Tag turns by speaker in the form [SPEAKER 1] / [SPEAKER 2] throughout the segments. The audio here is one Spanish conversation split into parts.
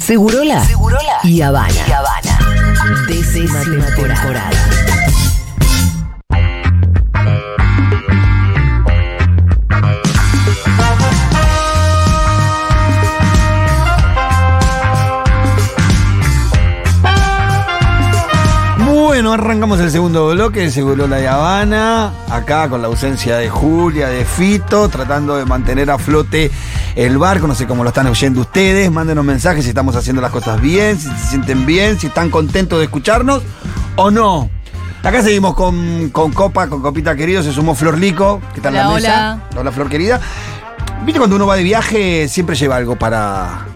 [SPEAKER 1] Segurola, y Habana. Décima temporada.
[SPEAKER 2] Bueno, arrancamos el segundo bloque de Seguro La Habana, acá con la ausencia de Julia, de Fito, tratando de mantener a flote el barco, no sé cómo lo están oyendo ustedes, mándenos mensajes si estamos haciendo las cosas bien, si se sienten bien, si están contentos de escucharnos o no. Acá seguimos con, con Copa, con Copita Querido, se sumó Florlico, que está en la
[SPEAKER 3] Hola,
[SPEAKER 2] mesa. Hola, Flor querida. Viste cuando uno va de viaje, siempre lleva algo para...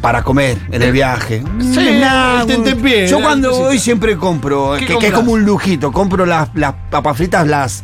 [SPEAKER 2] Para comer en el viaje.
[SPEAKER 4] Sí,
[SPEAKER 2] Nah,
[SPEAKER 4] el tentempié,
[SPEAKER 2] Yo
[SPEAKER 4] la
[SPEAKER 2] cuando
[SPEAKER 4] cosita.
[SPEAKER 2] voy siempre compro,
[SPEAKER 4] ¿Qué
[SPEAKER 2] que, que es
[SPEAKER 4] compras?
[SPEAKER 2] como un lujito. Compro las, las papas fritas, las,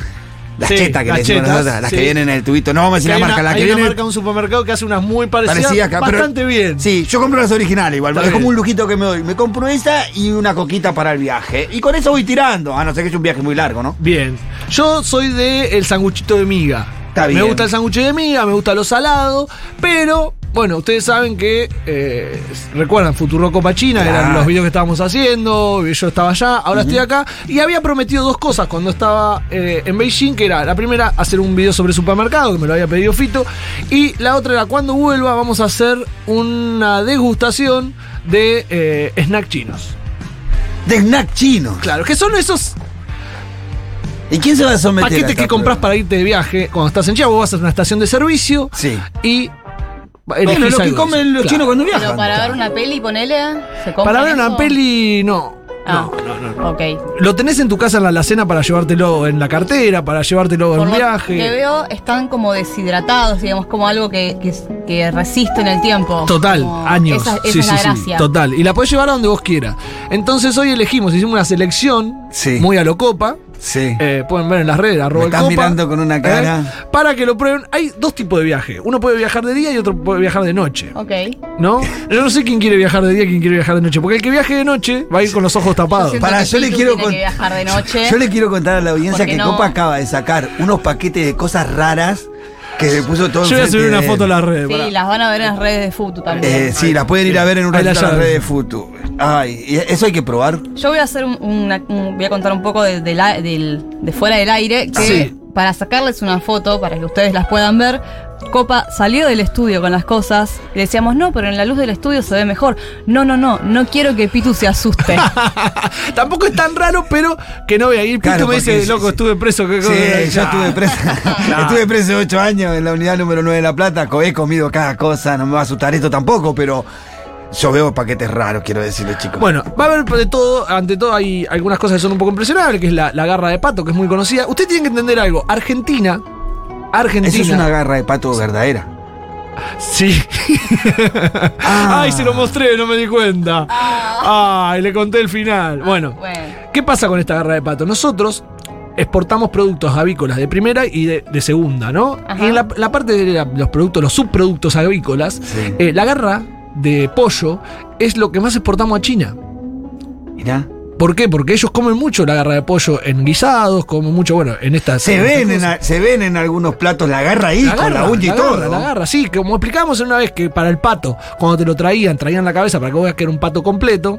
[SPEAKER 2] las
[SPEAKER 4] Sí,
[SPEAKER 2] chetas que
[SPEAKER 4] las
[SPEAKER 2] le decimos
[SPEAKER 4] chetas,
[SPEAKER 2] nosotros, las
[SPEAKER 4] sí.
[SPEAKER 2] que vienen en el tubito. No vamos a decir la
[SPEAKER 4] hay
[SPEAKER 2] marca,
[SPEAKER 4] una,
[SPEAKER 2] la
[SPEAKER 4] hay
[SPEAKER 2] que
[SPEAKER 4] una
[SPEAKER 2] viene
[SPEAKER 4] marca de un supermercado que hace unas muy parecidas,
[SPEAKER 2] parecida acá. pero-
[SPEAKER 4] bastante bien.
[SPEAKER 2] Sí, yo compro las originales igual,
[SPEAKER 4] Está
[SPEAKER 2] porque es como
[SPEAKER 4] bien.
[SPEAKER 2] un lujito que me doy. Me compro esa y una coquita para el viaje. Y con eso voy tirando. A no ser que es un viaje muy largo, ¿no?
[SPEAKER 4] Bien. Yo soy de el sanguchito de miga.
[SPEAKER 2] Está bien.
[SPEAKER 4] Me gusta el sanguchito de miga, me gusta lo salado, pero bueno, ustedes saben que eh, recuerdan Futuro Copa China,
[SPEAKER 2] Claro.
[SPEAKER 4] eran los videos que estábamos haciendo, yo estaba allá, ahora estoy acá y había prometido dos cosas cuando estaba eh, en Beijing, que era la primera hacer un video sobre supermercado, que me lo había pedido Fito, y la otra era cuando vuelva vamos a hacer una degustación de eh, snack chinos.
[SPEAKER 2] De snack chino.
[SPEAKER 4] Claro, que son esos
[SPEAKER 2] ¿Y quién se va a someter? a
[SPEAKER 4] paquetes
[SPEAKER 2] esta
[SPEAKER 4] que compras
[SPEAKER 2] prueba?
[SPEAKER 4] para irte de viaje cuando estás en China, vos vas a una estación de servicio
[SPEAKER 2] Sí.
[SPEAKER 4] y elegís
[SPEAKER 2] Bueno, lo que
[SPEAKER 4] algo de
[SPEAKER 2] comen
[SPEAKER 4] eso.
[SPEAKER 2] los
[SPEAKER 4] Claro.
[SPEAKER 2] chinos cuando viajan.
[SPEAKER 3] Pero para ver una peli, ponele. ¿se compra
[SPEAKER 4] Para ver una
[SPEAKER 3] eso?
[SPEAKER 4] peli, no.
[SPEAKER 3] Ah,
[SPEAKER 4] No, no, no, no.
[SPEAKER 3] Ok.
[SPEAKER 4] Lo tenés en tu casa en la alacena para llevártelo en la cartera, para llevártelo en
[SPEAKER 3] Por
[SPEAKER 4] un
[SPEAKER 3] lo
[SPEAKER 4] viaje.
[SPEAKER 3] que veo, están como deshidratados, digamos, como algo que, que, que resiste en el tiempo.
[SPEAKER 4] Total,
[SPEAKER 3] Como-
[SPEAKER 4] años.
[SPEAKER 3] Esa, esa
[SPEAKER 4] sí,
[SPEAKER 3] es la
[SPEAKER 4] sí, sí,
[SPEAKER 3] gracia.
[SPEAKER 4] Total. Y la podés llevar a donde vos quieras. Entonces hoy elegimos, hicimos una selección
[SPEAKER 2] Sí.
[SPEAKER 4] muy a lo copa.
[SPEAKER 2] Sí.
[SPEAKER 4] Eh, pueden ver en las redes, arroba el
[SPEAKER 2] estás
[SPEAKER 4] copa.
[SPEAKER 2] mirando con una cara.
[SPEAKER 4] Eh, para que lo prueben. Hay dos tipos de viaje. Uno puede viajar de día y otro puede viajar de noche.
[SPEAKER 3] Ok.
[SPEAKER 4] ¿No? Yo no sé quién quiere viajar de día y quién quiere viajar de noche. Porque el que viaje de noche va a ir con los ojos tapados.
[SPEAKER 3] siento
[SPEAKER 2] Pará,
[SPEAKER 3] que
[SPEAKER 2] yo le
[SPEAKER 3] Pitu
[SPEAKER 2] quiero
[SPEAKER 3] tiene
[SPEAKER 2] con-
[SPEAKER 3] que viajar de noche.
[SPEAKER 2] Yo le quiero contar a la audiencia
[SPEAKER 3] Porque
[SPEAKER 2] que
[SPEAKER 3] no.
[SPEAKER 2] Copa acaba de sacar unos paquetes de cosas raras que se puso todo
[SPEAKER 4] Yo voy a subir
[SPEAKER 2] enfrente
[SPEAKER 4] una
[SPEAKER 2] de
[SPEAKER 4] foto a
[SPEAKER 2] él.
[SPEAKER 4] las redes.
[SPEAKER 3] Sí,
[SPEAKER 4] pará.
[SPEAKER 3] las van a ver en las redes de Futu también.
[SPEAKER 2] Eh, sí, la pueden ir a ver en un
[SPEAKER 4] Ahí la
[SPEAKER 2] restaurante de
[SPEAKER 4] llave.
[SPEAKER 2] red de Futu. Ay, y eso hay que probar.
[SPEAKER 3] Yo voy a hacer un, una- un- voy a contar un poco de, del a- del- de fuera del aire que
[SPEAKER 4] Sí.
[SPEAKER 3] para sacarles una foto para que ustedes las puedan ver. Copa salió del estudio con las cosas y decíamos no, pero en la luz del estudio se ve mejor. No, no, no, no quiero que Pitu se asuste.
[SPEAKER 4] Tampoco es tan raro, pero que no voy a ir. Pito
[SPEAKER 2] Claro,
[SPEAKER 4] me
[SPEAKER 2] porque
[SPEAKER 4] dice,
[SPEAKER 2] sí,
[SPEAKER 4] loco,
[SPEAKER 2] sí.
[SPEAKER 4] estuve preso. ¿qué
[SPEAKER 2] Sí,
[SPEAKER 4] cosa?
[SPEAKER 2] yo estuve preso. estuve preso ocho años en la unidad número 9 de La Plata. co- He comido cada cosa, no me va a asustar esto tampoco, pero yo veo paquetes raros, quiero decirle, chicos.
[SPEAKER 4] Bueno, va a haber de todo. Ante todo, hay algunas cosas que son un poco impresionables, que es la, la garra de pato, que es muy conocida. Ustedes tienen que entender algo. Argentina. Argentina.
[SPEAKER 2] eso es una garra de pato verdadera.
[SPEAKER 4] Sí.
[SPEAKER 2] Ah.
[SPEAKER 4] Ay, se lo mostré, no me di cuenta.
[SPEAKER 3] Ah.
[SPEAKER 4] Ay, le conté el final. Bueno.
[SPEAKER 3] bueno,
[SPEAKER 4] ¿Qué pasa con esta garra de pato? Nosotros exportamos productos avícolas de primera y de, de segunda, ¿no?
[SPEAKER 3] Ajá.
[SPEAKER 4] Y en la, la parte de la- los productos, los subproductos avícolas,
[SPEAKER 2] Sí.
[SPEAKER 4] eh, la garra de pollo es lo que más exportamos a China.
[SPEAKER 2] Mirá.
[SPEAKER 4] ¿Por qué? Porque ellos comen mucho la garra de pollo en guisados, comen mucho, bueno, en estas...
[SPEAKER 2] Se ven, en, a- se ven en algunos platos la garra ahí, con la uña y
[SPEAKER 4] la
[SPEAKER 2] todo.
[SPEAKER 4] garra, la garra, sí, como explicábamos una vez que para el pato, cuando te lo traían, traían la cabeza para que vos veas que era un pato completo.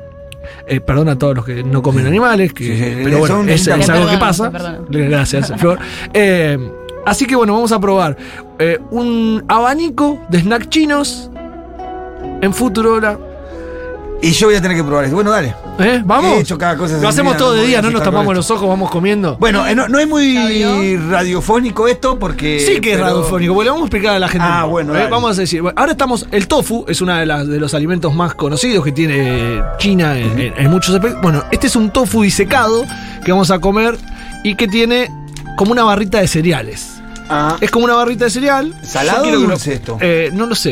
[SPEAKER 4] Eh, perdón a todos los que no comen animales, que,
[SPEAKER 2] Sí, sí,
[SPEAKER 4] pero bueno,
[SPEAKER 2] son-
[SPEAKER 4] es,
[SPEAKER 2] te
[SPEAKER 4] es algo
[SPEAKER 3] perdono,
[SPEAKER 4] que pasa.
[SPEAKER 3] te perdono.
[SPEAKER 4] Gracias, Flor. Eh, así que bueno, vamos a probar eh, un abanico de snack chinos en Futurola.
[SPEAKER 2] Y yo voy a tener que probar eso. Bueno, dale.
[SPEAKER 4] ¿Eh? ¿Vamos?
[SPEAKER 2] He hecho cada cosa
[SPEAKER 4] lo
[SPEAKER 2] en mi
[SPEAKER 4] hacemos
[SPEAKER 2] vida,
[SPEAKER 4] todo
[SPEAKER 2] no
[SPEAKER 4] de
[SPEAKER 2] me voy
[SPEAKER 4] día,
[SPEAKER 2] a
[SPEAKER 4] no nos
[SPEAKER 2] asustar con
[SPEAKER 4] tapamos
[SPEAKER 2] esto.
[SPEAKER 4] los ojos, vamos comiendo.
[SPEAKER 2] Bueno, eh, no, no es muy
[SPEAKER 3] ¿Sabio?
[SPEAKER 2] radiofónico esto porque.
[SPEAKER 4] Sí que es
[SPEAKER 2] pero-
[SPEAKER 4] radiofónico, porque le vamos a explicar a la gente.
[SPEAKER 2] Ah,
[SPEAKER 4] un poco,
[SPEAKER 2] bueno,
[SPEAKER 4] ¿eh?
[SPEAKER 2] dale.
[SPEAKER 4] Vamos a decir, bueno, ahora estamos, el tofu es uno de, las- de los alimentos más conocidos que tiene China en, en- en muchos aspectos. Bueno, este es un tofu disecado que vamos a comer y que tiene como una barrita de cereales.
[SPEAKER 2] Ah.
[SPEAKER 4] Es como una barrita de cereal.
[SPEAKER 2] ¿Salado
[SPEAKER 4] Yo quiero
[SPEAKER 2] o
[SPEAKER 4] que lo-
[SPEAKER 2] dulce esto?
[SPEAKER 4] Eh, no lo sé.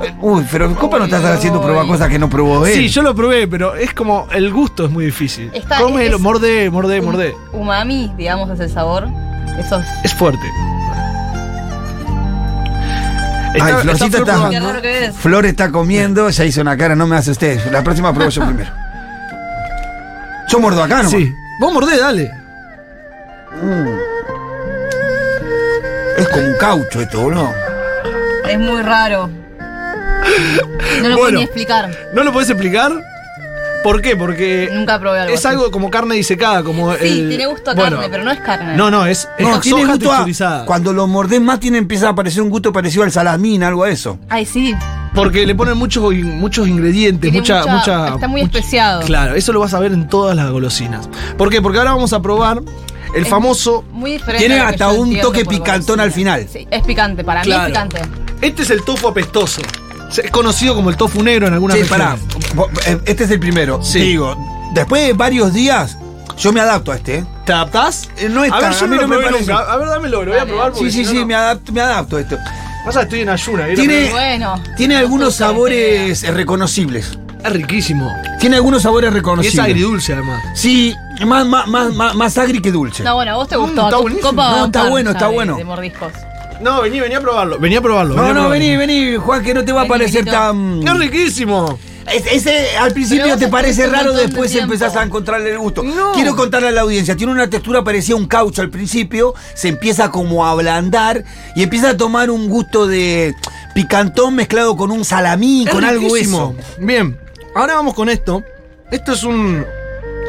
[SPEAKER 2] eh, Uy, pero Copa no estás
[SPEAKER 3] Ay,
[SPEAKER 2] haciendo
[SPEAKER 3] ay.
[SPEAKER 2] probar cosas que no probó él.
[SPEAKER 4] Sí, yo lo probé, pero es como el gusto es muy difícil.
[SPEAKER 3] Está-
[SPEAKER 4] Cómelo,
[SPEAKER 3] es-
[SPEAKER 4] mordé, mordé,
[SPEAKER 3] um-
[SPEAKER 4] mordé.
[SPEAKER 3] umami, digamos, es el sabor. Eso es.
[SPEAKER 4] Es fuerte. Está-
[SPEAKER 2] Florcita
[SPEAKER 4] Flor
[SPEAKER 2] está-
[SPEAKER 4] probando.
[SPEAKER 3] Qué raro que es.
[SPEAKER 2] Flor está comiendo, ya hizo una cara, no me hace usted. La próxima pruebo yo primero. Yo mordo acá, ¿no?
[SPEAKER 4] Sí. Vos mordé, dale.
[SPEAKER 2] Es como un caucho esto, boludo.
[SPEAKER 3] Es muy raro. No lo puedo
[SPEAKER 4] Bueno.
[SPEAKER 3] ni explicar.
[SPEAKER 4] ¿No lo podés explicar? ¿Por qué? Porque
[SPEAKER 3] Nunca probé algo
[SPEAKER 4] es
[SPEAKER 3] así.
[SPEAKER 4] algo como carne disecada, como
[SPEAKER 3] Sí,
[SPEAKER 4] el-
[SPEAKER 3] tiene gusto a
[SPEAKER 4] Bueno,
[SPEAKER 3] carne, pero no es carne.
[SPEAKER 4] No, no, es, es
[SPEAKER 2] No, tiene
[SPEAKER 4] soja
[SPEAKER 2] gusto a-
[SPEAKER 4] texturizada.
[SPEAKER 2] Cuando lo mordés más tiene, empieza a aparecer un gusto parecido al salamín, algo a eso.
[SPEAKER 3] Ay, sí.
[SPEAKER 4] Porque le ponen muchos, in- muchos ingredientes,
[SPEAKER 3] Tiene
[SPEAKER 4] mucha,
[SPEAKER 3] mucha-
[SPEAKER 4] mucha.
[SPEAKER 3] está muy
[SPEAKER 4] mucha-
[SPEAKER 3] especiado.
[SPEAKER 4] Claro, eso lo vas a ver en todas las golosinas. ¿Por qué? Porque ahora vamos a probar el
[SPEAKER 3] Es
[SPEAKER 4] famoso.
[SPEAKER 3] Muy diferente.
[SPEAKER 2] Tiene
[SPEAKER 3] a lo que
[SPEAKER 2] hasta
[SPEAKER 3] yo
[SPEAKER 2] un
[SPEAKER 3] entiendo
[SPEAKER 2] toque
[SPEAKER 3] por
[SPEAKER 2] picantón al
[SPEAKER 3] golosina.
[SPEAKER 2] final.
[SPEAKER 3] Sí, es picante, para
[SPEAKER 4] Claro.
[SPEAKER 3] mí es picante.
[SPEAKER 4] Este es el tofu apestoso. Se- Es conocido como el tofu negro en algunas
[SPEAKER 2] Sí, pará.
[SPEAKER 4] regiones.
[SPEAKER 2] Bo- eh, Este es el primero.
[SPEAKER 4] Sí.
[SPEAKER 2] Te Digo, después de varios días, yo me adapto a este. ¿eh?
[SPEAKER 4] ¿Te adaptás?
[SPEAKER 2] Eh, no es
[SPEAKER 4] a ver,
[SPEAKER 2] tan-
[SPEAKER 4] yo
[SPEAKER 2] a mí
[SPEAKER 4] no
[SPEAKER 2] no me
[SPEAKER 4] lo probé
[SPEAKER 2] parece.
[SPEAKER 4] nunca. A ver, dámelo, lo voy a
[SPEAKER 3] Dale.
[SPEAKER 4] probar. porque
[SPEAKER 2] Sí,
[SPEAKER 4] si
[SPEAKER 2] sí,
[SPEAKER 4] no,
[SPEAKER 2] sí,
[SPEAKER 4] no-
[SPEAKER 2] me adapto, me adapto a esto.
[SPEAKER 4] Pasa que estoy en ayuna. era
[SPEAKER 2] Tiene-
[SPEAKER 4] medio-
[SPEAKER 3] Bueno.
[SPEAKER 2] Tiene
[SPEAKER 3] no este
[SPEAKER 2] algunos
[SPEAKER 3] sé, no tengo idea.
[SPEAKER 2] sabores eh, reconocibles.
[SPEAKER 4] Es riquísimo.
[SPEAKER 2] Tiene algunos
[SPEAKER 4] Y
[SPEAKER 2] sabores
[SPEAKER 4] es
[SPEAKER 2] reconocibles.
[SPEAKER 4] agridulce, además.
[SPEAKER 2] Sí, más, más, más, más, más agri que dulce.
[SPEAKER 3] No, bueno, a vos te
[SPEAKER 4] Mm,
[SPEAKER 3] gustó.
[SPEAKER 4] está
[SPEAKER 3] a tu
[SPEAKER 4] buenísimo.
[SPEAKER 2] No,
[SPEAKER 3] copa va a
[SPEAKER 2] está
[SPEAKER 3] gustar
[SPEAKER 2] bueno,
[SPEAKER 3] ya
[SPEAKER 2] está
[SPEAKER 3] de-
[SPEAKER 2] bueno.
[SPEAKER 3] De mordiscos.
[SPEAKER 4] No, vení, vení a probarlo. Vení a probarlo.
[SPEAKER 2] No,
[SPEAKER 4] a
[SPEAKER 2] no,
[SPEAKER 4] probarlo.
[SPEAKER 2] vení, vení, Juan, que no te va a
[SPEAKER 3] Vení,
[SPEAKER 2] parecer
[SPEAKER 3] Mirito.
[SPEAKER 2] tan.
[SPEAKER 4] ¡Es riquísimo!
[SPEAKER 2] Es- ese al principio
[SPEAKER 3] Pero
[SPEAKER 2] te
[SPEAKER 3] vos
[SPEAKER 2] parece
[SPEAKER 3] estuviste un
[SPEAKER 2] raro,
[SPEAKER 3] montón de
[SPEAKER 2] después
[SPEAKER 3] tiempo.
[SPEAKER 2] empezás a encontrarle el gusto.
[SPEAKER 4] No.
[SPEAKER 2] Quiero contarle a la audiencia, tiene una textura parecida a un caucho al principio, se empieza como a ablandar y empieza a tomar un gusto de picantón mezclado con un salamín,
[SPEAKER 4] Es
[SPEAKER 2] con algo eso.
[SPEAKER 4] riquísimo. Bien, ahora vamos con esto. Esto es un.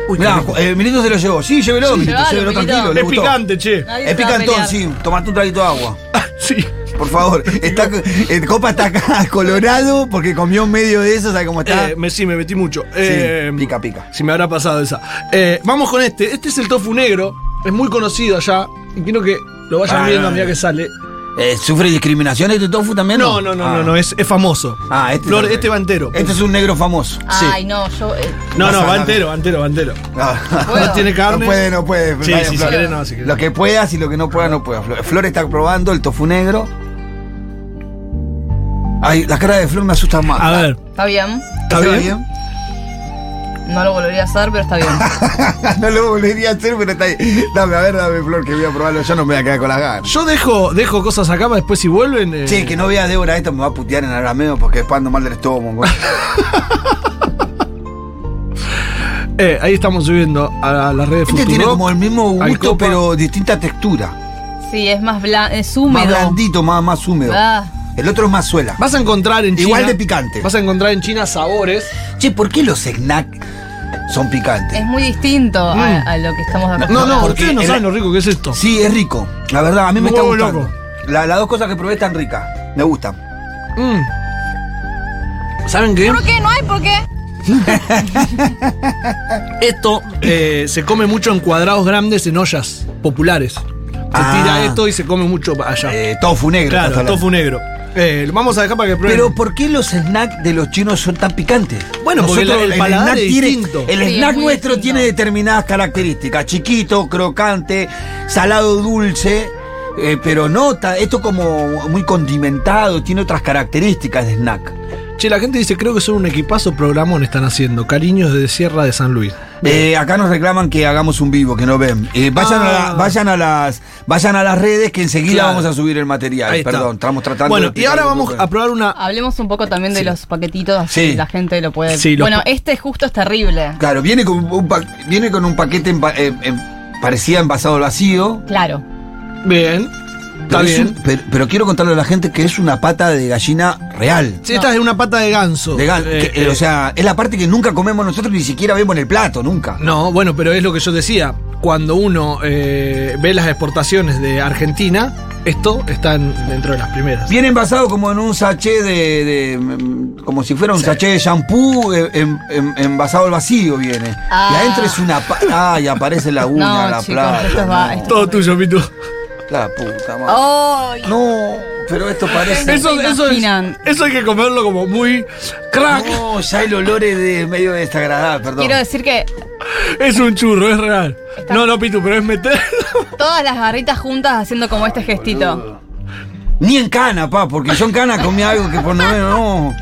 [SPEAKER 4] Uy,
[SPEAKER 2] Mirá,
[SPEAKER 4] qué rico.
[SPEAKER 2] eh, Milito se lo llevó. Sí, llévelo,
[SPEAKER 3] Sí,
[SPEAKER 2] Milito,
[SPEAKER 3] llévalo,
[SPEAKER 2] llévelo
[SPEAKER 3] Milito.
[SPEAKER 2] tranquilo. le
[SPEAKER 4] es
[SPEAKER 2] gustó.
[SPEAKER 4] picante, che.
[SPEAKER 3] Nadie
[SPEAKER 2] Es
[SPEAKER 3] se va a
[SPEAKER 2] picantón,
[SPEAKER 3] pelear.
[SPEAKER 2] sí. Tomate un traguito de agua.
[SPEAKER 4] sí.
[SPEAKER 2] Por favor, está, eh, Copa está acá colorado porque comió medio de eso, ¿sabe cómo está?
[SPEAKER 4] Eh, me, sí, me metí mucho.
[SPEAKER 2] Sí,
[SPEAKER 4] Eh,
[SPEAKER 2] pica, pica.
[SPEAKER 4] Si me habrá pasado esa. Eh, vamos con este. Este es el tofu negro. Es muy conocido allá. Y quiero que lo vayan
[SPEAKER 2] Ah,
[SPEAKER 4] viendo
[SPEAKER 2] no,
[SPEAKER 4] a medida
[SPEAKER 2] no.
[SPEAKER 4] que sale.
[SPEAKER 2] Eh, ¿Sufre discriminación este tofu también?
[SPEAKER 4] No, no, no,
[SPEAKER 2] Ah.
[SPEAKER 4] no, no. Es, es famoso.
[SPEAKER 2] Ah, este,
[SPEAKER 4] Flor,
[SPEAKER 2] también.
[SPEAKER 4] este va entero.
[SPEAKER 2] Este es un negro famoso.
[SPEAKER 4] Sí.
[SPEAKER 3] Ay, no, yo. eh,
[SPEAKER 4] No,
[SPEAKER 2] Pasa
[SPEAKER 4] no, va
[SPEAKER 2] nada.
[SPEAKER 4] entero, va entero, va entero.
[SPEAKER 3] Puedo.
[SPEAKER 4] No tiene
[SPEAKER 2] No
[SPEAKER 4] carne.
[SPEAKER 2] puede, no puede.
[SPEAKER 4] Sí,
[SPEAKER 2] Brian
[SPEAKER 4] sí, si
[SPEAKER 2] Flor.
[SPEAKER 4] quiere, no, si quiere.
[SPEAKER 2] Lo que puedas y lo que no pueda, no pueda. Flor, Flor está probando el tofu negro. Ay, la cara de Flor me asusta más.
[SPEAKER 4] A ver,
[SPEAKER 3] Está bien.
[SPEAKER 4] Ah, ¿está
[SPEAKER 2] ¿Se ve
[SPEAKER 4] bien?
[SPEAKER 3] No lo volvería a hacer, pero está bien.
[SPEAKER 2] no lo volvería a hacer, pero está ahí. Dame, a ver, dame, Flor, que voy a probarlo. Yo no me voy a quedar con las ganas.
[SPEAKER 4] Yo dejo, dejo cosas acá para después si vuelven. eh,
[SPEAKER 2] Che, que no vea a Débora esto, me va a putear en arameo porque después ando mal del estómago.
[SPEAKER 4] eh, ahí estamos subiendo a las redes
[SPEAKER 2] Este tiene
[SPEAKER 4] Futurock,
[SPEAKER 2] como el mismo
[SPEAKER 4] al
[SPEAKER 2] gusto,
[SPEAKER 4] Copa.
[SPEAKER 2] pero distinta textura.
[SPEAKER 3] Sí, es más bla es
[SPEAKER 2] Más
[SPEAKER 3] húmedo.
[SPEAKER 2] blandito, más, más húmedo.
[SPEAKER 3] Ah,
[SPEAKER 2] El otro es más suela.
[SPEAKER 4] Vas a encontrar en China.
[SPEAKER 2] Igual de picante.
[SPEAKER 4] Vas a encontrar en China sabores.
[SPEAKER 2] Che, ¿por qué los snacks son picantes?
[SPEAKER 3] es muy distinto a,
[SPEAKER 4] Mm.
[SPEAKER 3] a lo que estamos
[SPEAKER 4] No,
[SPEAKER 3] acostumbrados.
[SPEAKER 4] no,
[SPEAKER 2] Porque
[SPEAKER 4] ustedes no
[SPEAKER 2] el-
[SPEAKER 4] saben lo rico que es esto.
[SPEAKER 2] Sí, es rico. La verdad, a mí
[SPEAKER 4] Me
[SPEAKER 2] me está
[SPEAKER 4] vuelvo
[SPEAKER 2] gustando.
[SPEAKER 4] loco.
[SPEAKER 2] La- las dos cosas que probé están ricas. Me gustan.
[SPEAKER 4] Mm. ¿Saben qué?
[SPEAKER 3] ¿Por qué? No hay por qué.
[SPEAKER 4] Esto eh, se come mucho en cuadrados grandes en ollas populares. Se
[SPEAKER 2] Ah.
[SPEAKER 4] tira esto y se come mucho allá.
[SPEAKER 2] Eh, tofu negro. estás
[SPEAKER 4] claro,
[SPEAKER 2] hablando.
[SPEAKER 4] tofu negro. Eh, lo vamos a dejar para que prueben.
[SPEAKER 2] Pero ¿por qué los snacks de los chinos son tan picantes?
[SPEAKER 4] Bueno, porque el- el paladar es
[SPEAKER 2] tiene-
[SPEAKER 4] distinto.
[SPEAKER 2] El
[SPEAKER 3] Sí, es
[SPEAKER 2] snack
[SPEAKER 3] muy
[SPEAKER 2] nuestro
[SPEAKER 3] distinto.
[SPEAKER 2] tiene determinadas características. Chiquito, crocante, salado dulce. eh, pero nota, esto como muy condimentado, tiene otras características de snack.
[SPEAKER 4] Che, la gente dice, creo que son un equipazo programón están haciendo. Cariños desde Sierra de San Luis.
[SPEAKER 2] Eh, acá nos reclaman que hagamos un vivo, que no ven. Eh, vayan,
[SPEAKER 4] Ah.
[SPEAKER 2] a la- vayan, a las, vayan a las redes que enseguida
[SPEAKER 4] Claro.
[SPEAKER 2] vamos a subir el material.
[SPEAKER 4] Ahí está.
[SPEAKER 2] Perdón, estamos tratando
[SPEAKER 4] Bueno,
[SPEAKER 2] de
[SPEAKER 4] y ahora
[SPEAKER 2] explicar un
[SPEAKER 4] vamos
[SPEAKER 2] poco.
[SPEAKER 4] a probar una.
[SPEAKER 3] Hablemos un poco también de los paquetitos, así
[SPEAKER 2] Sí.
[SPEAKER 3] la gente lo puede.
[SPEAKER 4] Sí, los
[SPEAKER 3] bueno,
[SPEAKER 4] pa-
[SPEAKER 3] este justo es terrible.
[SPEAKER 2] Claro, viene con un, pa- viene con un paquete en pa- em- em- parecía envasado al vacío.
[SPEAKER 3] Claro.
[SPEAKER 4] Bien. Está
[SPEAKER 2] Pero es
[SPEAKER 4] bien.
[SPEAKER 2] un- pero, pero quiero contarle a la gente que es una pata de gallina real.
[SPEAKER 4] Sí, esta es de una pata de ganso.
[SPEAKER 2] De gan-
[SPEAKER 4] Eh,
[SPEAKER 2] que- eh,
[SPEAKER 4] eh,
[SPEAKER 2] o sea, es la parte que nunca comemos nosotros, ni siquiera vemos en el plato, nunca.
[SPEAKER 4] No, bueno, pero es lo que yo decía. Cuando uno eh, ve las exportaciones de Argentina, esto está en- dentro de las primeras.
[SPEAKER 2] Viene envasado como en un sachet de. de, mm, como si fuera un sachet de shampoo eh, en- en- envasado al vacío viene.
[SPEAKER 3] Ah.
[SPEAKER 2] Y adentro es una. pa- Ah, y aparece la uña,
[SPEAKER 3] No,
[SPEAKER 2] la
[SPEAKER 3] chicos,
[SPEAKER 2] playa.
[SPEAKER 3] esto es va-
[SPEAKER 2] no.
[SPEAKER 3] esto- Oh.
[SPEAKER 4] Todo tuyo, Pitu.
[SPEAKER 2] La puta madre. Oh,
[SPEAKER 3] ¡Ay!
[SPEAKER 2] No, pero esto parece.
[SPEAKER 3] Es-
[SPEAKER 4] Eso,
[SPEAKER 3] se
[SPEAKER 4] eso, es-
[SPEAKER 3] imaginan.
[SPEAKER 4] eso hay que comerlo como muy crack.
[SPEAKER 2] No, ya el olor es de medio desagradable, perdón.
[SPEAKER 3] Quiero decir que
[SPEAKER 4] Es un churro, es real. No, no, Pitu, pero es meter.
[SPEAKER 3] todas las garritas juntas haciendo como este gestito.
[SPEAKER 2] Ni en cana, pa, porque yo en cana comía algo que por lo menos no.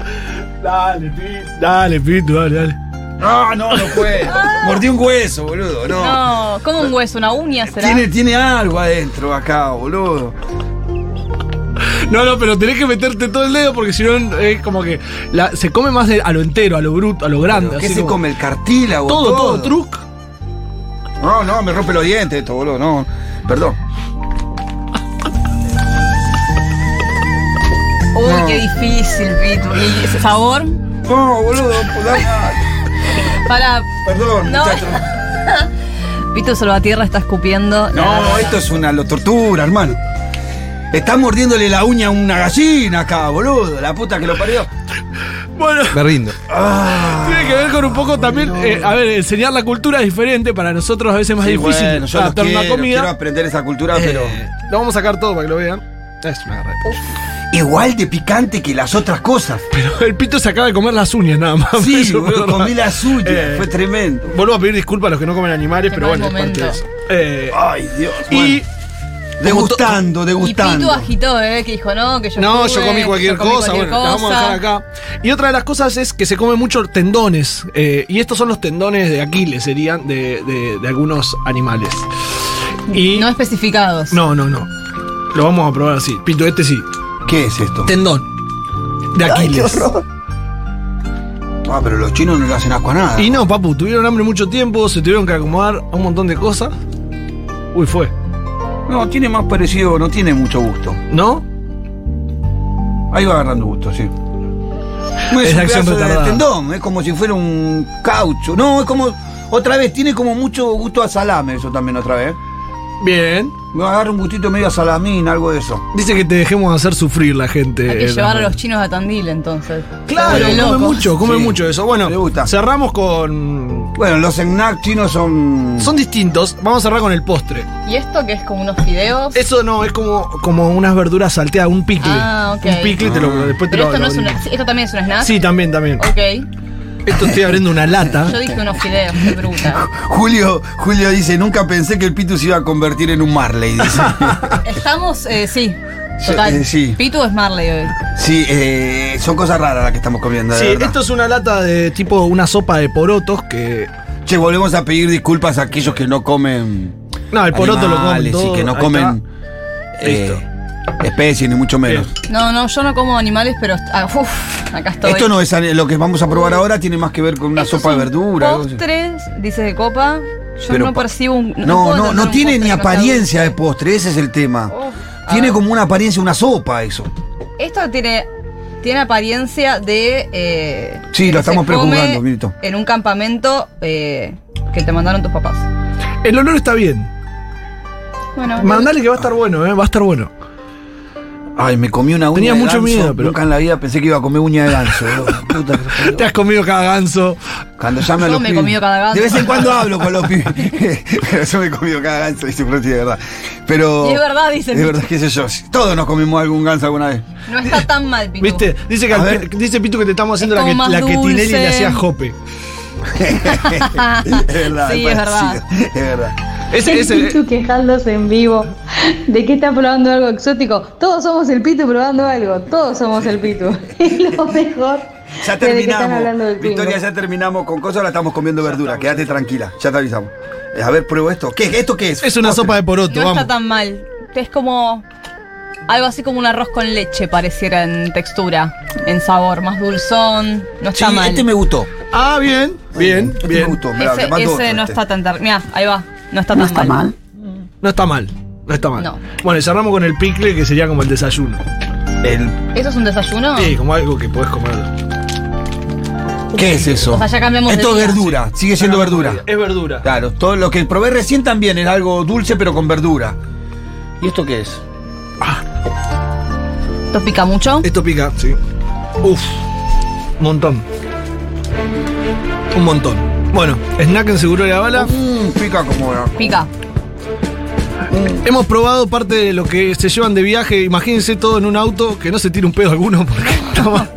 [SPEAKER 4] dale, Pitu. Dale, Pitu, dale, dale.
[SPEAKER 2] No, no, no puedo. Mordí un hueso, boludo, no.
[SPEAKER 3] No, como un hueso, una uña será.
[SPEAKER 2] Tiene, tiene algo adentro acá, boludo.
[SPEAKER 4] No, no, pero tenés que meterte todo el dedo porque si no es como que la- se come más de- a lo entero, a lo bruto, a lo grande.
[SPEAKER 2] ¿Qué
[SPEAKER 4] así
[SPEAKER 2] se
[SPEAKER 4] como-
[SPEAKER 2] come? ¿El cartílago?
[SPEAKER 4] Todo, todo, truc.
[SPEAKER 2] No, no, me rompe los dientes esto, boludo, no. Perdón.
[SPEAKER 3] Uy, qué difícil, Pitu. ¿Y ese sabor?
[SPEAKER 2] No, boludo, puta-
[SPEAKER 3] Para.
[SPEAKER 2] Perdón,
[SPEAKER 3] No.
[SPEAKER 2] muchacho.
[SPEAKER 3] Pitu Salvatierra está escupiendo.
[SPEAKER 2] No, esto es una lo- tortura, hermano. Está mordiéndole la uña a una gallina acá, boludo. La puta que lo parió. Ah.
[SPEAKER 4] Bueno,
[SPEAKER 5] Me rindo.
[SPEAKER 4] tiene que ver con un poco también, eh, a ver, enseñar la cultura es diferente, para nosotros a veces es más
[SPEAKER 2] Sí,
[SPEAKER 4] difícil Ah,
[SPEAKER 2] bueno, yo los
[SPEAKER 4] adaptar una
[SPEAKER 2] quiero,
[SPEAKER 4] comida.
[SPEAKER 2] quiero aprender esa cultura, pero... Oh.
[SPEAKER 4] Eh, lo vamos a sacar todo para que lo vean. Es una garra.
[SPEAKER 2] Igual de picante que las otras cosas.
[SPEAKER 4] Pero el pito se acaba de comer las uñas nada más.
[SPEAKER 2] Sí,
[SPEAKER 4] Eso
[SPEAKER 2] boludo,
[SPEAKER 4] fue raro.
[SPEAKER 2] comí la suya.
[SPEAKER 4] Eh,
[SPEAKER 2] Fue tremendo.
[SPEAKER 4] Vuelvo a pedir disculpas a los que no comen animales,
[SPEAKER 2] Este
[SPEAKER 3] Qué
[SPEAKER 4] pero
[SPEAKER 3] mal
[SPEAKER 4] bueno, es parte de eso.
[SPEAKER 3] momento.
[SPEAKER 4] Eh,
[SPEAKER 2] Ay, Dios.
[SPEAKER 4] y
[SPEAKER 2] Bueno, degustando,
[SPEAKER 3] Y Pitu
[SPEAKER 2] degustando.
[SPEAKER 3] agitó, ¿eh? Que dijo, no, que yo.
[SPEAKER 4] No,
[SPEAKER 3] estuve,
[SPEAKER 4] yo comí
[SPEAKER 3] que
[SPEAKER 4] cualquier cosa,
[SPEAKER 3] cualquier
[SPEAKER 4] bueno, la vamos a dejar
[SPEAKER 3] cosa.
[SPEAKER 4] acá. Y otra de las cosas es que se come mucho tendones, eh, y estos son los tendones de Aquiles, serían de, de- de algunos animales. Y
[SPEAKER 3] No especificados.
[SPEAKER 4] no, no, no. Lo vamos a probar así. Pinto, este sí.
[SPEAKER 2] ¿Qué es esto?
[SPEAKER 4] Tendón de Aquiles.
[SPEAKER 2] Ah, pero los chinos no le hacen asco a nada.
[SPEAKER 4] y no, papu, tuvieron hambre mucho tiempo, se tuvieron que acomodar a un montón de cosas. Uy, fue.
[SPEAKER 2] No, tiene más parecido, no tiene mucho gusto.
[SPEAKER 4] ¿No?
[SPEAKER 2] Ahí va agarrando gusto, sí. No
[SPEAKER 4] Es
[SPEAKER 2] un
[SPEAKER 4] acción
[SPEAKER 2] pedazo de
[SPEAKER 4] retardada.
[SPEAKER 2] tendón, es como si fuera un caucho. No, es como. Otra vez, tiene como mucho gusto a salame, eso también otra vez.
[SPEAKER 4] Bien.
[SPEAKER 2] Me agarra un gustito medio a salamín, algo de eso.
[SPEAKER 4] Dice que te dejemos hacer sufrir la gente.
[SPEAKER 3] Hay que
[SPEAKER 4] eh,
[SPEAKER 3] llevar a
[SPEAKER 4] Ramón.
[SPEAKER 3] los chinos a Tandil, entonces.
[SPEAKER 4] Claro,
[SPEAKER 3] Se vuelve
[SPEAKER 4] come
[SPEAKER 3] loco.
[SPEAKER 4] mucho, come
[SPEAKER 2] Sí.
[SPEAKER 4] mucho eso.
[SPEAKER 2] Me
[SPEAKER 4] Bueno,
[SPEAKER 2] gusta.
[SPEAKER 4] cerramos con.
[SPEAKER 2] Bueno, los snacks chinos son.
[SPEAKER 4] Son distintos. Vamos a cerrar con el postre.
[SPEAKER 3] ¿Y esto que es como unos fideos?
[SPEAKER 4] Eso no, es como, como unas verduras salteadas, un picle.
[SPEAKER 3] Ah, ok.
[SPEAKER 4] Un picle, te lo,
[SPEAKER 2] Ah.
[SPEAKER 4] después te lo
[SPEAKER 3] Pero esto, no
[SPEAKER 4] lo
[SPEAKER 3] es una,
[SPEAKER 4] abrimos.
[SPEAKER 3] esto también es un snack.
[SPEAKER 4] Sí, también, también.
[SPEAKER 3] Ok.
[SPEAKER 4] Esto estoy abriendo una lata.
[SPEAKER 3] Yo dije unos fideos, qué bruta.
[SPEAKER 2] Julio, Julio dice: Nunca pensé que el Pitu se iba a convertir en un Marley. Dice.
[SPEAKER 3] Estamos, eh, sí.
[SPEAKER 2] Sí,
[SPEAKER 3] Total.
[SPEAKER 2] eh, sí.
[SPEAKER 3] Pitu es Marley hoy.
[SPEAKER 2] sí,
[SPEAKER 3] sí
[SPEAKER 2] eh, son cosas raras las que estamos comiendo. de
[SPEAKER 4] Sí,
[SPEAKER 2] verdad.
[SPEAKER 4] esto es una lata de tipo una sopa de porotos que.
[SPEAKER 2] Che, volvemos a pedir disculpas a aquellos que no comen.
[SPEAKER 4] No, el poroto lo comen
[SPEAKER 2] animales
[SPEAKER 4] todo,
[SPEAKER 2] Y que no
[SPEAKER 4] ahí
[SPEAKER 2] comen.
[SPEAKER 4] está. Listo.
[SPEAKER 2] eh, especies, ni mucho menos.
[SPEAKER 4] Bien.
[SPEAKER 3] No, no, yo no como animales, pero ah, uf, acá estoy.
[SPEAKER 2] Esto no es ani- lo que vamos a probar ahora, tiene más que ver con una
[SPEAKER 3] Estos
[SPEAKER 2] sopa de
[SPEAKER 3] son
[SPEAKER 2] verdura. algo así.
[SPEAKER 3] Postres, dice de copa. Yo
[SPEAKER 2] Pero
[SPEAKER 3] no
[SPEAKER 2] pa-
[SPEAKER 3] percibo un.
[SPEAKER 2] No,
[SPEAKER 3] puedo
[SPEAKER 2] no,
[SPEAKER 3] notar
[SPEAKER 2] no tiene
[SPEAKER 3] un postre
[SPEAKER 2] ni
[SPEAKER 3] que no sea
[SPEAKER 2] apariencia de
[SPEAKER 3] dulce.
[SPEAKER 2] postre, ese es el tema.
[SPEAKER 4] Ah.
[SPEAKER 3] Uf, a
[SPEAKER 2] tiene
[SPEAKER 3] ver.
[SPEAKER 2] como una apariencia, una sopa eso.
[SPEAKER 3] Esto tiene, tiene apariencia de. eh,
[SPEAKER 2] Sí,
[SPEAKER 3] que
[SPEAKER 2] lo
[SPEAKER 3] se
[SPEAKER 2] estamos
[SPEAKER 3] come
[SPEAKER 2] prejuzgando, Mirto.
[SPEAKER 3] En un campamento eh, que te mandaron tus papás.
[SPEAKER 4] está. El olor está bien.
[SPEAKER 3] Bueno,
[SPEAKER 4] Mandale que va a estar bueno, eh, va a estar bueno.
[SPEAKER 2] Ay, me comí una uña
[SPEAKER 4] Tenía
[SPEAKER 2] de
[SPEAKER 4] mucho
[SPEAKER 2] ganso.
[SPEAKER 4] miedo, pero-
[SPEAKER 2] Nunca en la vida pensé que iba a comer uña de ganso. boludo. Puta que se parió.
[SPEAKER 4] Te has comido cada ganso.
[SPEAKER 2] Cuando llame a
[SPEAKER 3] Yo
[SPEAKER 2] los
[SPEAKER 3] me he
[SPEAKER 2] pibes.
[SPEAKER 3] comido cada ganso.
[SPEAKER 2] De vez en cuando hablo con los pibes. Pero yo me he comido cada ganso, dice Frosty, de verdad. Pero.
[SPEAKER 3] Y es verdad, dice
[SPEAKER 2] Es
[SPEAKER 3] Pitu.
[SPEAKER 2] verdad, qué sé yo. si Todos nos comimos algún ganso alguna vez.
[SPEAKER 3] no está tan mal, Pitu.
[SPEAKER 4] ¿Viste? Dice, que
[SPEAKER 2] A
[SPEAKER 4] al-
[SPEAKER 2] ver.
[SPEAKER 4] dice Pitu que te estamos haciendo
[SPEAKER 3] Es
[SPEAKER 4] la que,
[SPEAKER 3] como más
[SPEAKER 4] la que Tinelli
[SPEAKER 3] dulce.
[SPEAKER 4] le hacía a Jope.
[SPEAKER 2] Es verdad.
[SPEAKER 3] Sí,
[SPEAKER 2] es
[SPEAKER 3] es verdad.
[SPEAKER 2] parecido, Es verdad.
[SPEAKER 4] Ese,
[SPEAKER 6] El
[SPEAKER 4] ese-
[SPEAKER 6] Pitu quejándose en vivo de que está probando algo exótico. Todos somos el Pitu probando algo. Todos somos el Pitu. Es lo mejor.
[SPEAKER 2] Ya
[SPEAKER 6] desde que están hablando
[SPEAKER 2] terminamos.
[SPEAKER 6] del Twingo.
[SPEAKER 2] Victoria, ya terminamos con cosas, ahora estamos comiendo verdura. Quédate tranquila, ya te avisamos. Eh, A ver, pruebo esto. ¿Qué? ¿Esto qué es?
[SPEAKER 4] es una
[SPEAKER 2] Postre.
[SPEAKER 4] sopa de poroto,
[SPEAKER 3] No
[SPEAKER 4] vamos.
[SPEAKER 3] está tan mal. Es como. Algo así como un arroz con leche pareciera en textura, en sabor, más dulzón. No está
[SPEAKER 2] Sí,
[SPEAKER 3] mal.
[SPEAKER 2] este me gustó.
[SPEAKER 4] Ah, bien, bien,
[SPEAKER 2] Este me
[SPEAKER 4] bien.
[SPEAKER 2] gustó. Mirá,
[SPEAKER 3] ese
[SPEAKER 2] te mando
[SPEAKER 3] ese
[SPEAKER 2] otro,
[SPEAKER 3] no
[SPEAKER 2] este.
[SPEAKER 3] está tan. Mira, ahí va. No está tan
[SPEAKER 1] No está mal.
[SPEAKER 4] No está mal, no está mal.
[SPEAKER 3] No.
[SPEAKER 4] Bueno, y cerramos con el picle que sería como el desayuno.
[SPEAKER 2] El-
[SPEAKER 3] ¿Eso es un desayuno?
[SPEAKER 4] Sí, como algo que podés comer.
[SPEAKER 2] ¿Qué es eso?
[SPEAKER 3] O sea, ya cambiamos de
[SPEAKER 2] Esto es
[SPEAKER 3] día.
[SPEAKER 2] verdura, sigue siendo verdura.
[SPEAKER 4] Es verdura.
[SPEAKER 2] Claro, todo lo que probé recién también era algo dulce pero con verdura. ¿Y esto qué es?
[SPEAKER 3] ¿Esto pica mucho?
[SPEAKER 4] Esto pica, sí. Uf, montón. Un montón. Bueno, snack en seguro de la
[SPEAKER 3] Ah.
[SPEAKER 4] bala.
[SPEAKER 2] Mmm, pica como.
[SPEAKER 3] Pica.
[SPEAKER 4] Hemos probado parte de lo que se llevan de viaje. Imagínense todo en un auto que no se tire un pedo alguno porque está mal.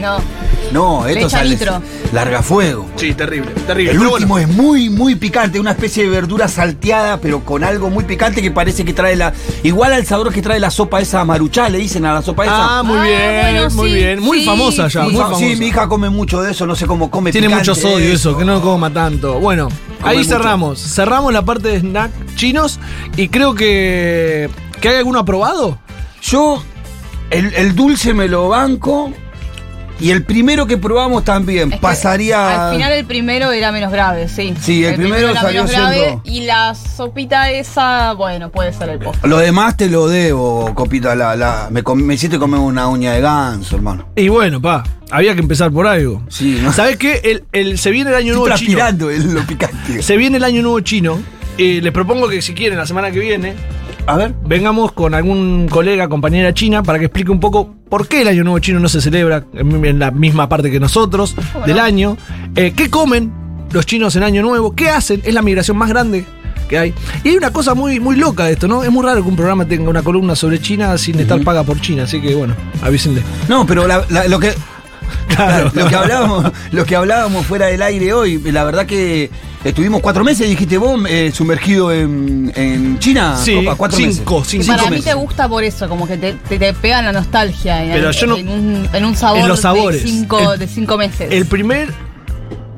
[SPEAKER 3] No.
[SPEAKER 2] No,
[SPEAKER 3] Le
[SPEAKER 2] esto
[SPEAKER 3] echa
[SPEAKER 2] sale.
[SPEAKER 3] litro.
[SPEAKER 2] Larga fuego.
[SPEAKER 4] Sí, terrible, terrible.
[SPEAKER 2] El
[SPEAKER 4] Pero bueno,
[SPEAKER 2] último es muy, muy picante, una especie de verdura salteada, pero con algo muy picante que parece que trae la. Igual al sabor que trae la sopa esa maruchá, le dicen a la sopa esa.
[SPEAKER 4] Ah, muy
[SPEAKER 3] Ah,
[SPEAKER 4] bien,
[SPEAKER 3] bueno,
[SPEAKER 4] muy
[SPEAKER 3] sí,
[SPEAKER 4] bien. Muy
[SPEAKER 3] sí,
[SPEAKER 4] famosa ya,
[SPEAKER 3] sí.
[SPEAKER 4] muy
[SPEAKER 2] Muy fa-
[SPEAKER 4] famosa.
[SPEAKER 2] sí, mi hija come mucho de eso, no sé cómo come
[SPEAKER 4] Tiene
[SPEAKER 2] picante,
[SPEAKER 4] mucho sodio
[SPEAKER 2] eh.
[SPEAKER 4] eso, que no coma tanto. Bueno, ahí
[SPEAKER 2] mucho.
[SPEAKER 4] cerramos. Cerramos la parte de snack chinos y creo que. ¿Que hay alguno aprobado?
[SPEAKER 2] Yo, el, el dulce me lo banco. Y el primero que probamos también
[SPEAKER 3] Es que
[SPEAKER 2] pasaría.
[SPEAKER 3] Al final el primero era menos grave, sí.
[SPEAKER 2] Sí, el primero salió siendo-
[SPEAKER 3] y la sopita esa, bueno, puede ser el postre.
[SPEAKER 2] Lo demás te lo debo, copita. La, la- me, com- me hiciste comer una uña de ganso, hermano.
[SPEAKER 4] Y bueno, pa, había que empezar por algo.
[SPEAKER 2] Sí, ¿no?
[SPEAKER 4] ¿Sabes qué? El, el- se viene el año
[SPEAKER 2] Estoy
[SPEAKER 4] nuevo chino.
[SPEAKER 2] transpirando el- lo picante.
[SPEAKER 4] Se viene el año nuevo chino. Eh, les propongo que si quieren, la semana que viene,
[SPEAKER 2] A ver.
[SPEAKER 4] vengamos con algún colega, compañera china, para que explique un poco por qué el año nuevo chino no se celebra en, en la misma parte que nosotros del año. Eh, ¿Qué comen los chinos en año nuevo? ¿Qué hacen? Es la migración más grande que hay. Y hay una cosa muy, muy loca de esto, ¿no? Es muy raro que un programa tenga una columna sobre China sin estar paga por China, así que bueno, avísenle.
[SPEAKER 2] No, pero la- la- lo que. Claro, lo que hablábamos, lo que hablábamos fuera del aire hoy, la verdad que estuvimos cuatro meses, dijiste vos, eh, sumergido en, en China,
[SPEAKER 4] Sí,
[SPEAKER 2] Copa, cuatro
[SPEAKER 4] cinco,
[SPEAKER 2] meses.
[SPEAKER 4] cinco.
[SPEAKER 3] para mí te
[SPEAKER 2] meses.
[SPEAKER 3] gusta por eso, como que te, te, te pega la nostalgia en,
[SPEAKER 4] Pero yo no-
[SPEAKER 3] en un, en un sabor
[SPEAKER 4] en los sabores.
[SPEAKER 3] de, cinco,
[SPEAKER 4] El-
[SPEAKER 3] de cinco meses.
[SPEAKER 4] El primer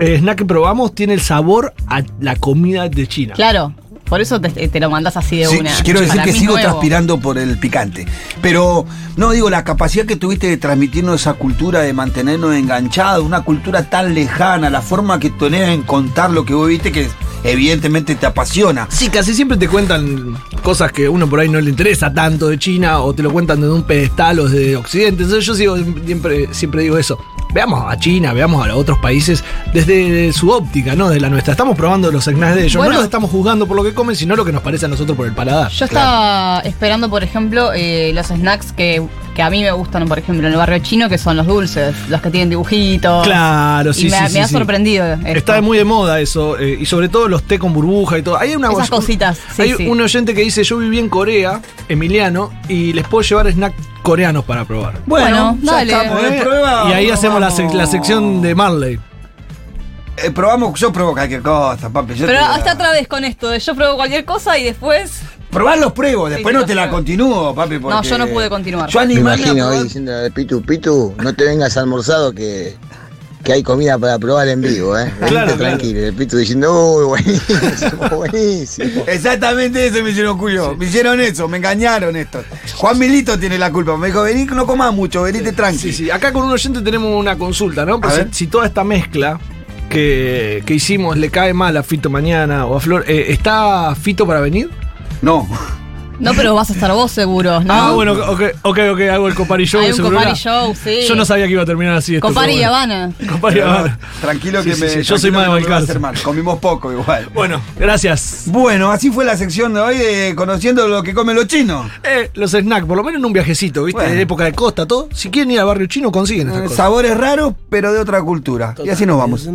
[SPEAKER 4] eh, snack que probamos tiene el sabor a la comida de China.
[SPEAKER 3] claro, por eso te, te lo mandás así de
[SPEAKER 2] Sí,
[SPEAKER 3] una.
[SPEAKER 2] quiero decir
[SPEAKER 3] Para
[SPEAKER 2] que
[SPEAKER 3] mí
[SPEAKER 2] sigo
[SPEAKER 3] nuevo.
[SPEAKER 2] transpirando por el picante. Pero, no, digo, la capacidad que tuviste de transmitirnos esa cultura, de mantenernos enganchados, una cultura tan lejana, la forma que tenés en contar lo que vos viste, que evidentemente te apasiona.
[SPEAKER 4] Sí, casi siempre te cuentan cosas que uno por ahí no le interesa tanto de China o te lo cuentan desde un pedestal o desde Occidente. Entonces yo sigo- siempre, siempre digo eso. Veamos a China, veamos a los otros países desde su óptica, no desde la nuestra. Estamos probando los snacks de ellos.
[SPEAKER 3] Bueno.
[SPEAKER 4] no los estamos juzgando por lo que comen, sino lo que nos parece a nosotros por el paladar.
[SPEAKER 3] Yo estaba esperando, por ejemplo, eh, los snacks que, que a mí me gustan, por ejemplo, en el barrio chino, que son los dulces, los que tienen dibujitos.
[SPEAKER 4] Claro, sí,
[SPEAKER 3] Y me,
[SPEAKER 4] sí,
[SPEAKER 3] me
[SPEAKER 4] sí,
[SPEAKER 3] ha
[SPEAKER 4] sí.
[SPEAKER 3] sorprendido. esto.
[SPEAKER 4] Está muy de moda eso, eh, y sobre todo los té con burbuja y todo. Hay una
[SPEAKER 3] Esas cositas, sí,
[SPEAKER 4] hay
[SPEAKER 3] sí.
[SPEAKER 4] un oyente que dice, yo viví en Corea, Emiliano, y les puedo llevar snack coreanos para probar.
[SPEAKER 3] Bueno,
[SPEAKER 2] ya
[SPEAKER 3] dale.
[SPEAKER 2] estamos, eh, probamos,
[SPEAKER 4] y ahí hacemos la, sec-
[SPEAKER 2] probamos.
[SPEAKER 4] la sección de Marley.
[SPEAKER 2] Eh, probamos, yo probo cualquier cosa, papi. yo
[SPEAKER 3] Pero
[SPEAKER 2] te la-
[SPEAKER 3] hasta otra vez con esto, de yo pruebo cualquier cosa y después.
[SPEAKER 2] Probar los pruebos, después
[SPEAKER 3] sí,
[SPEAKER 2] no
[SPEAKER 3] los
[SPEAKER 2] te la
[SPEAKER 3] pruebo.
[SPEAKER 2] continúo, papi. porque-
[SPEAKER 3] No, yo no pude continuar.
[SPEAKER 2] Yo
[SPEAKER 5] Me
[SPEAKER 2] animé
[SPEAKER 5] imagino hoy diciéndole al Pitu Pitu, no te vengas almorzado que, que hay comida para probar en vivo, ¿eh? Venite
[SPEAKER 4] Claro, claro.
[SPEAKER 5] tranquilo. Y El Pitu diciendo, uy, buenísimo, buenísimo.
[SPEAKER 2] Exactamente eso me hicieron culo. Me hicieron eso, me engañaron esto. Juan Milito tiene la culpa. Me dijo, vení, no comas mucho, venite tranqui.
[SPEAKER 4] Ah, Sí, sí. Acá con un oyente tenemos una consulta, ¿no? Pues
[SPEAKER 2] A
[SPEAKER 4] si,
[SPEAKER 2] ver.
[SPEAKER 4] si toda esta mezcla que, que hicimos le cae mal a Fito mañana o a Flor, eh, ¿está Fito para venir?
[SPEAKER 2] No.
[SPEAKER 3] No, pero vas a estar vos seguro, ¿no?
[SPEAKER 4] Ah, bueno, ok, ok, ok, hago el Copari Show.
[SPEAKER 3] Hay un
[SPEAKER 4] seguro.
[SPEAKER 3] Copari Show, sí.
[SPEAKER 4] Yo no sabía que iba a terminar así. esto,
[SPEAKER 3] Copari
[SPEAKER 4] pero
[SPEAKER 3] y
[SPEAKER 4] bueno.
[SPEAKER 3] Habana.
[SPEAKER 4] Copari y Habana.
[SPEAKER 2] Tranquilo
[SPEAKER 4] Sí,
[SPEAKER 2] que
[SPEAKER 4] sí,
[SPEAKER 2] me.
[SPEAKER 4] sí, Yo soy
[SPEAKER 2] tranquilo
[SPEAKER 4] más de
[SPEAKER 2] que no me va a
[SPEAKER 4] Balcarce.
[SPEAKER 2] hacer mal. Comimos poco igual.
[SPEAKER 4] Bueno, gracias.
[SPEAKER 2] Bueno, así fue la sección de hoy de conociendo lo que comen los chinos.
[SPEAKER 4] Eh, los snacks, por lo menos en un viajecito, ¿viste?
[SPEAKER 2] Bueno.
[SPEAKER 4] En época de costa, todo. Si quieren ir al barrio chino, consiguen estas
[SPEAKER 2] Eh,
[SPEAKER 4] cosas.
[SPEAKER 2] Sabores raros, pero de otra cultura. Y así nos vamos.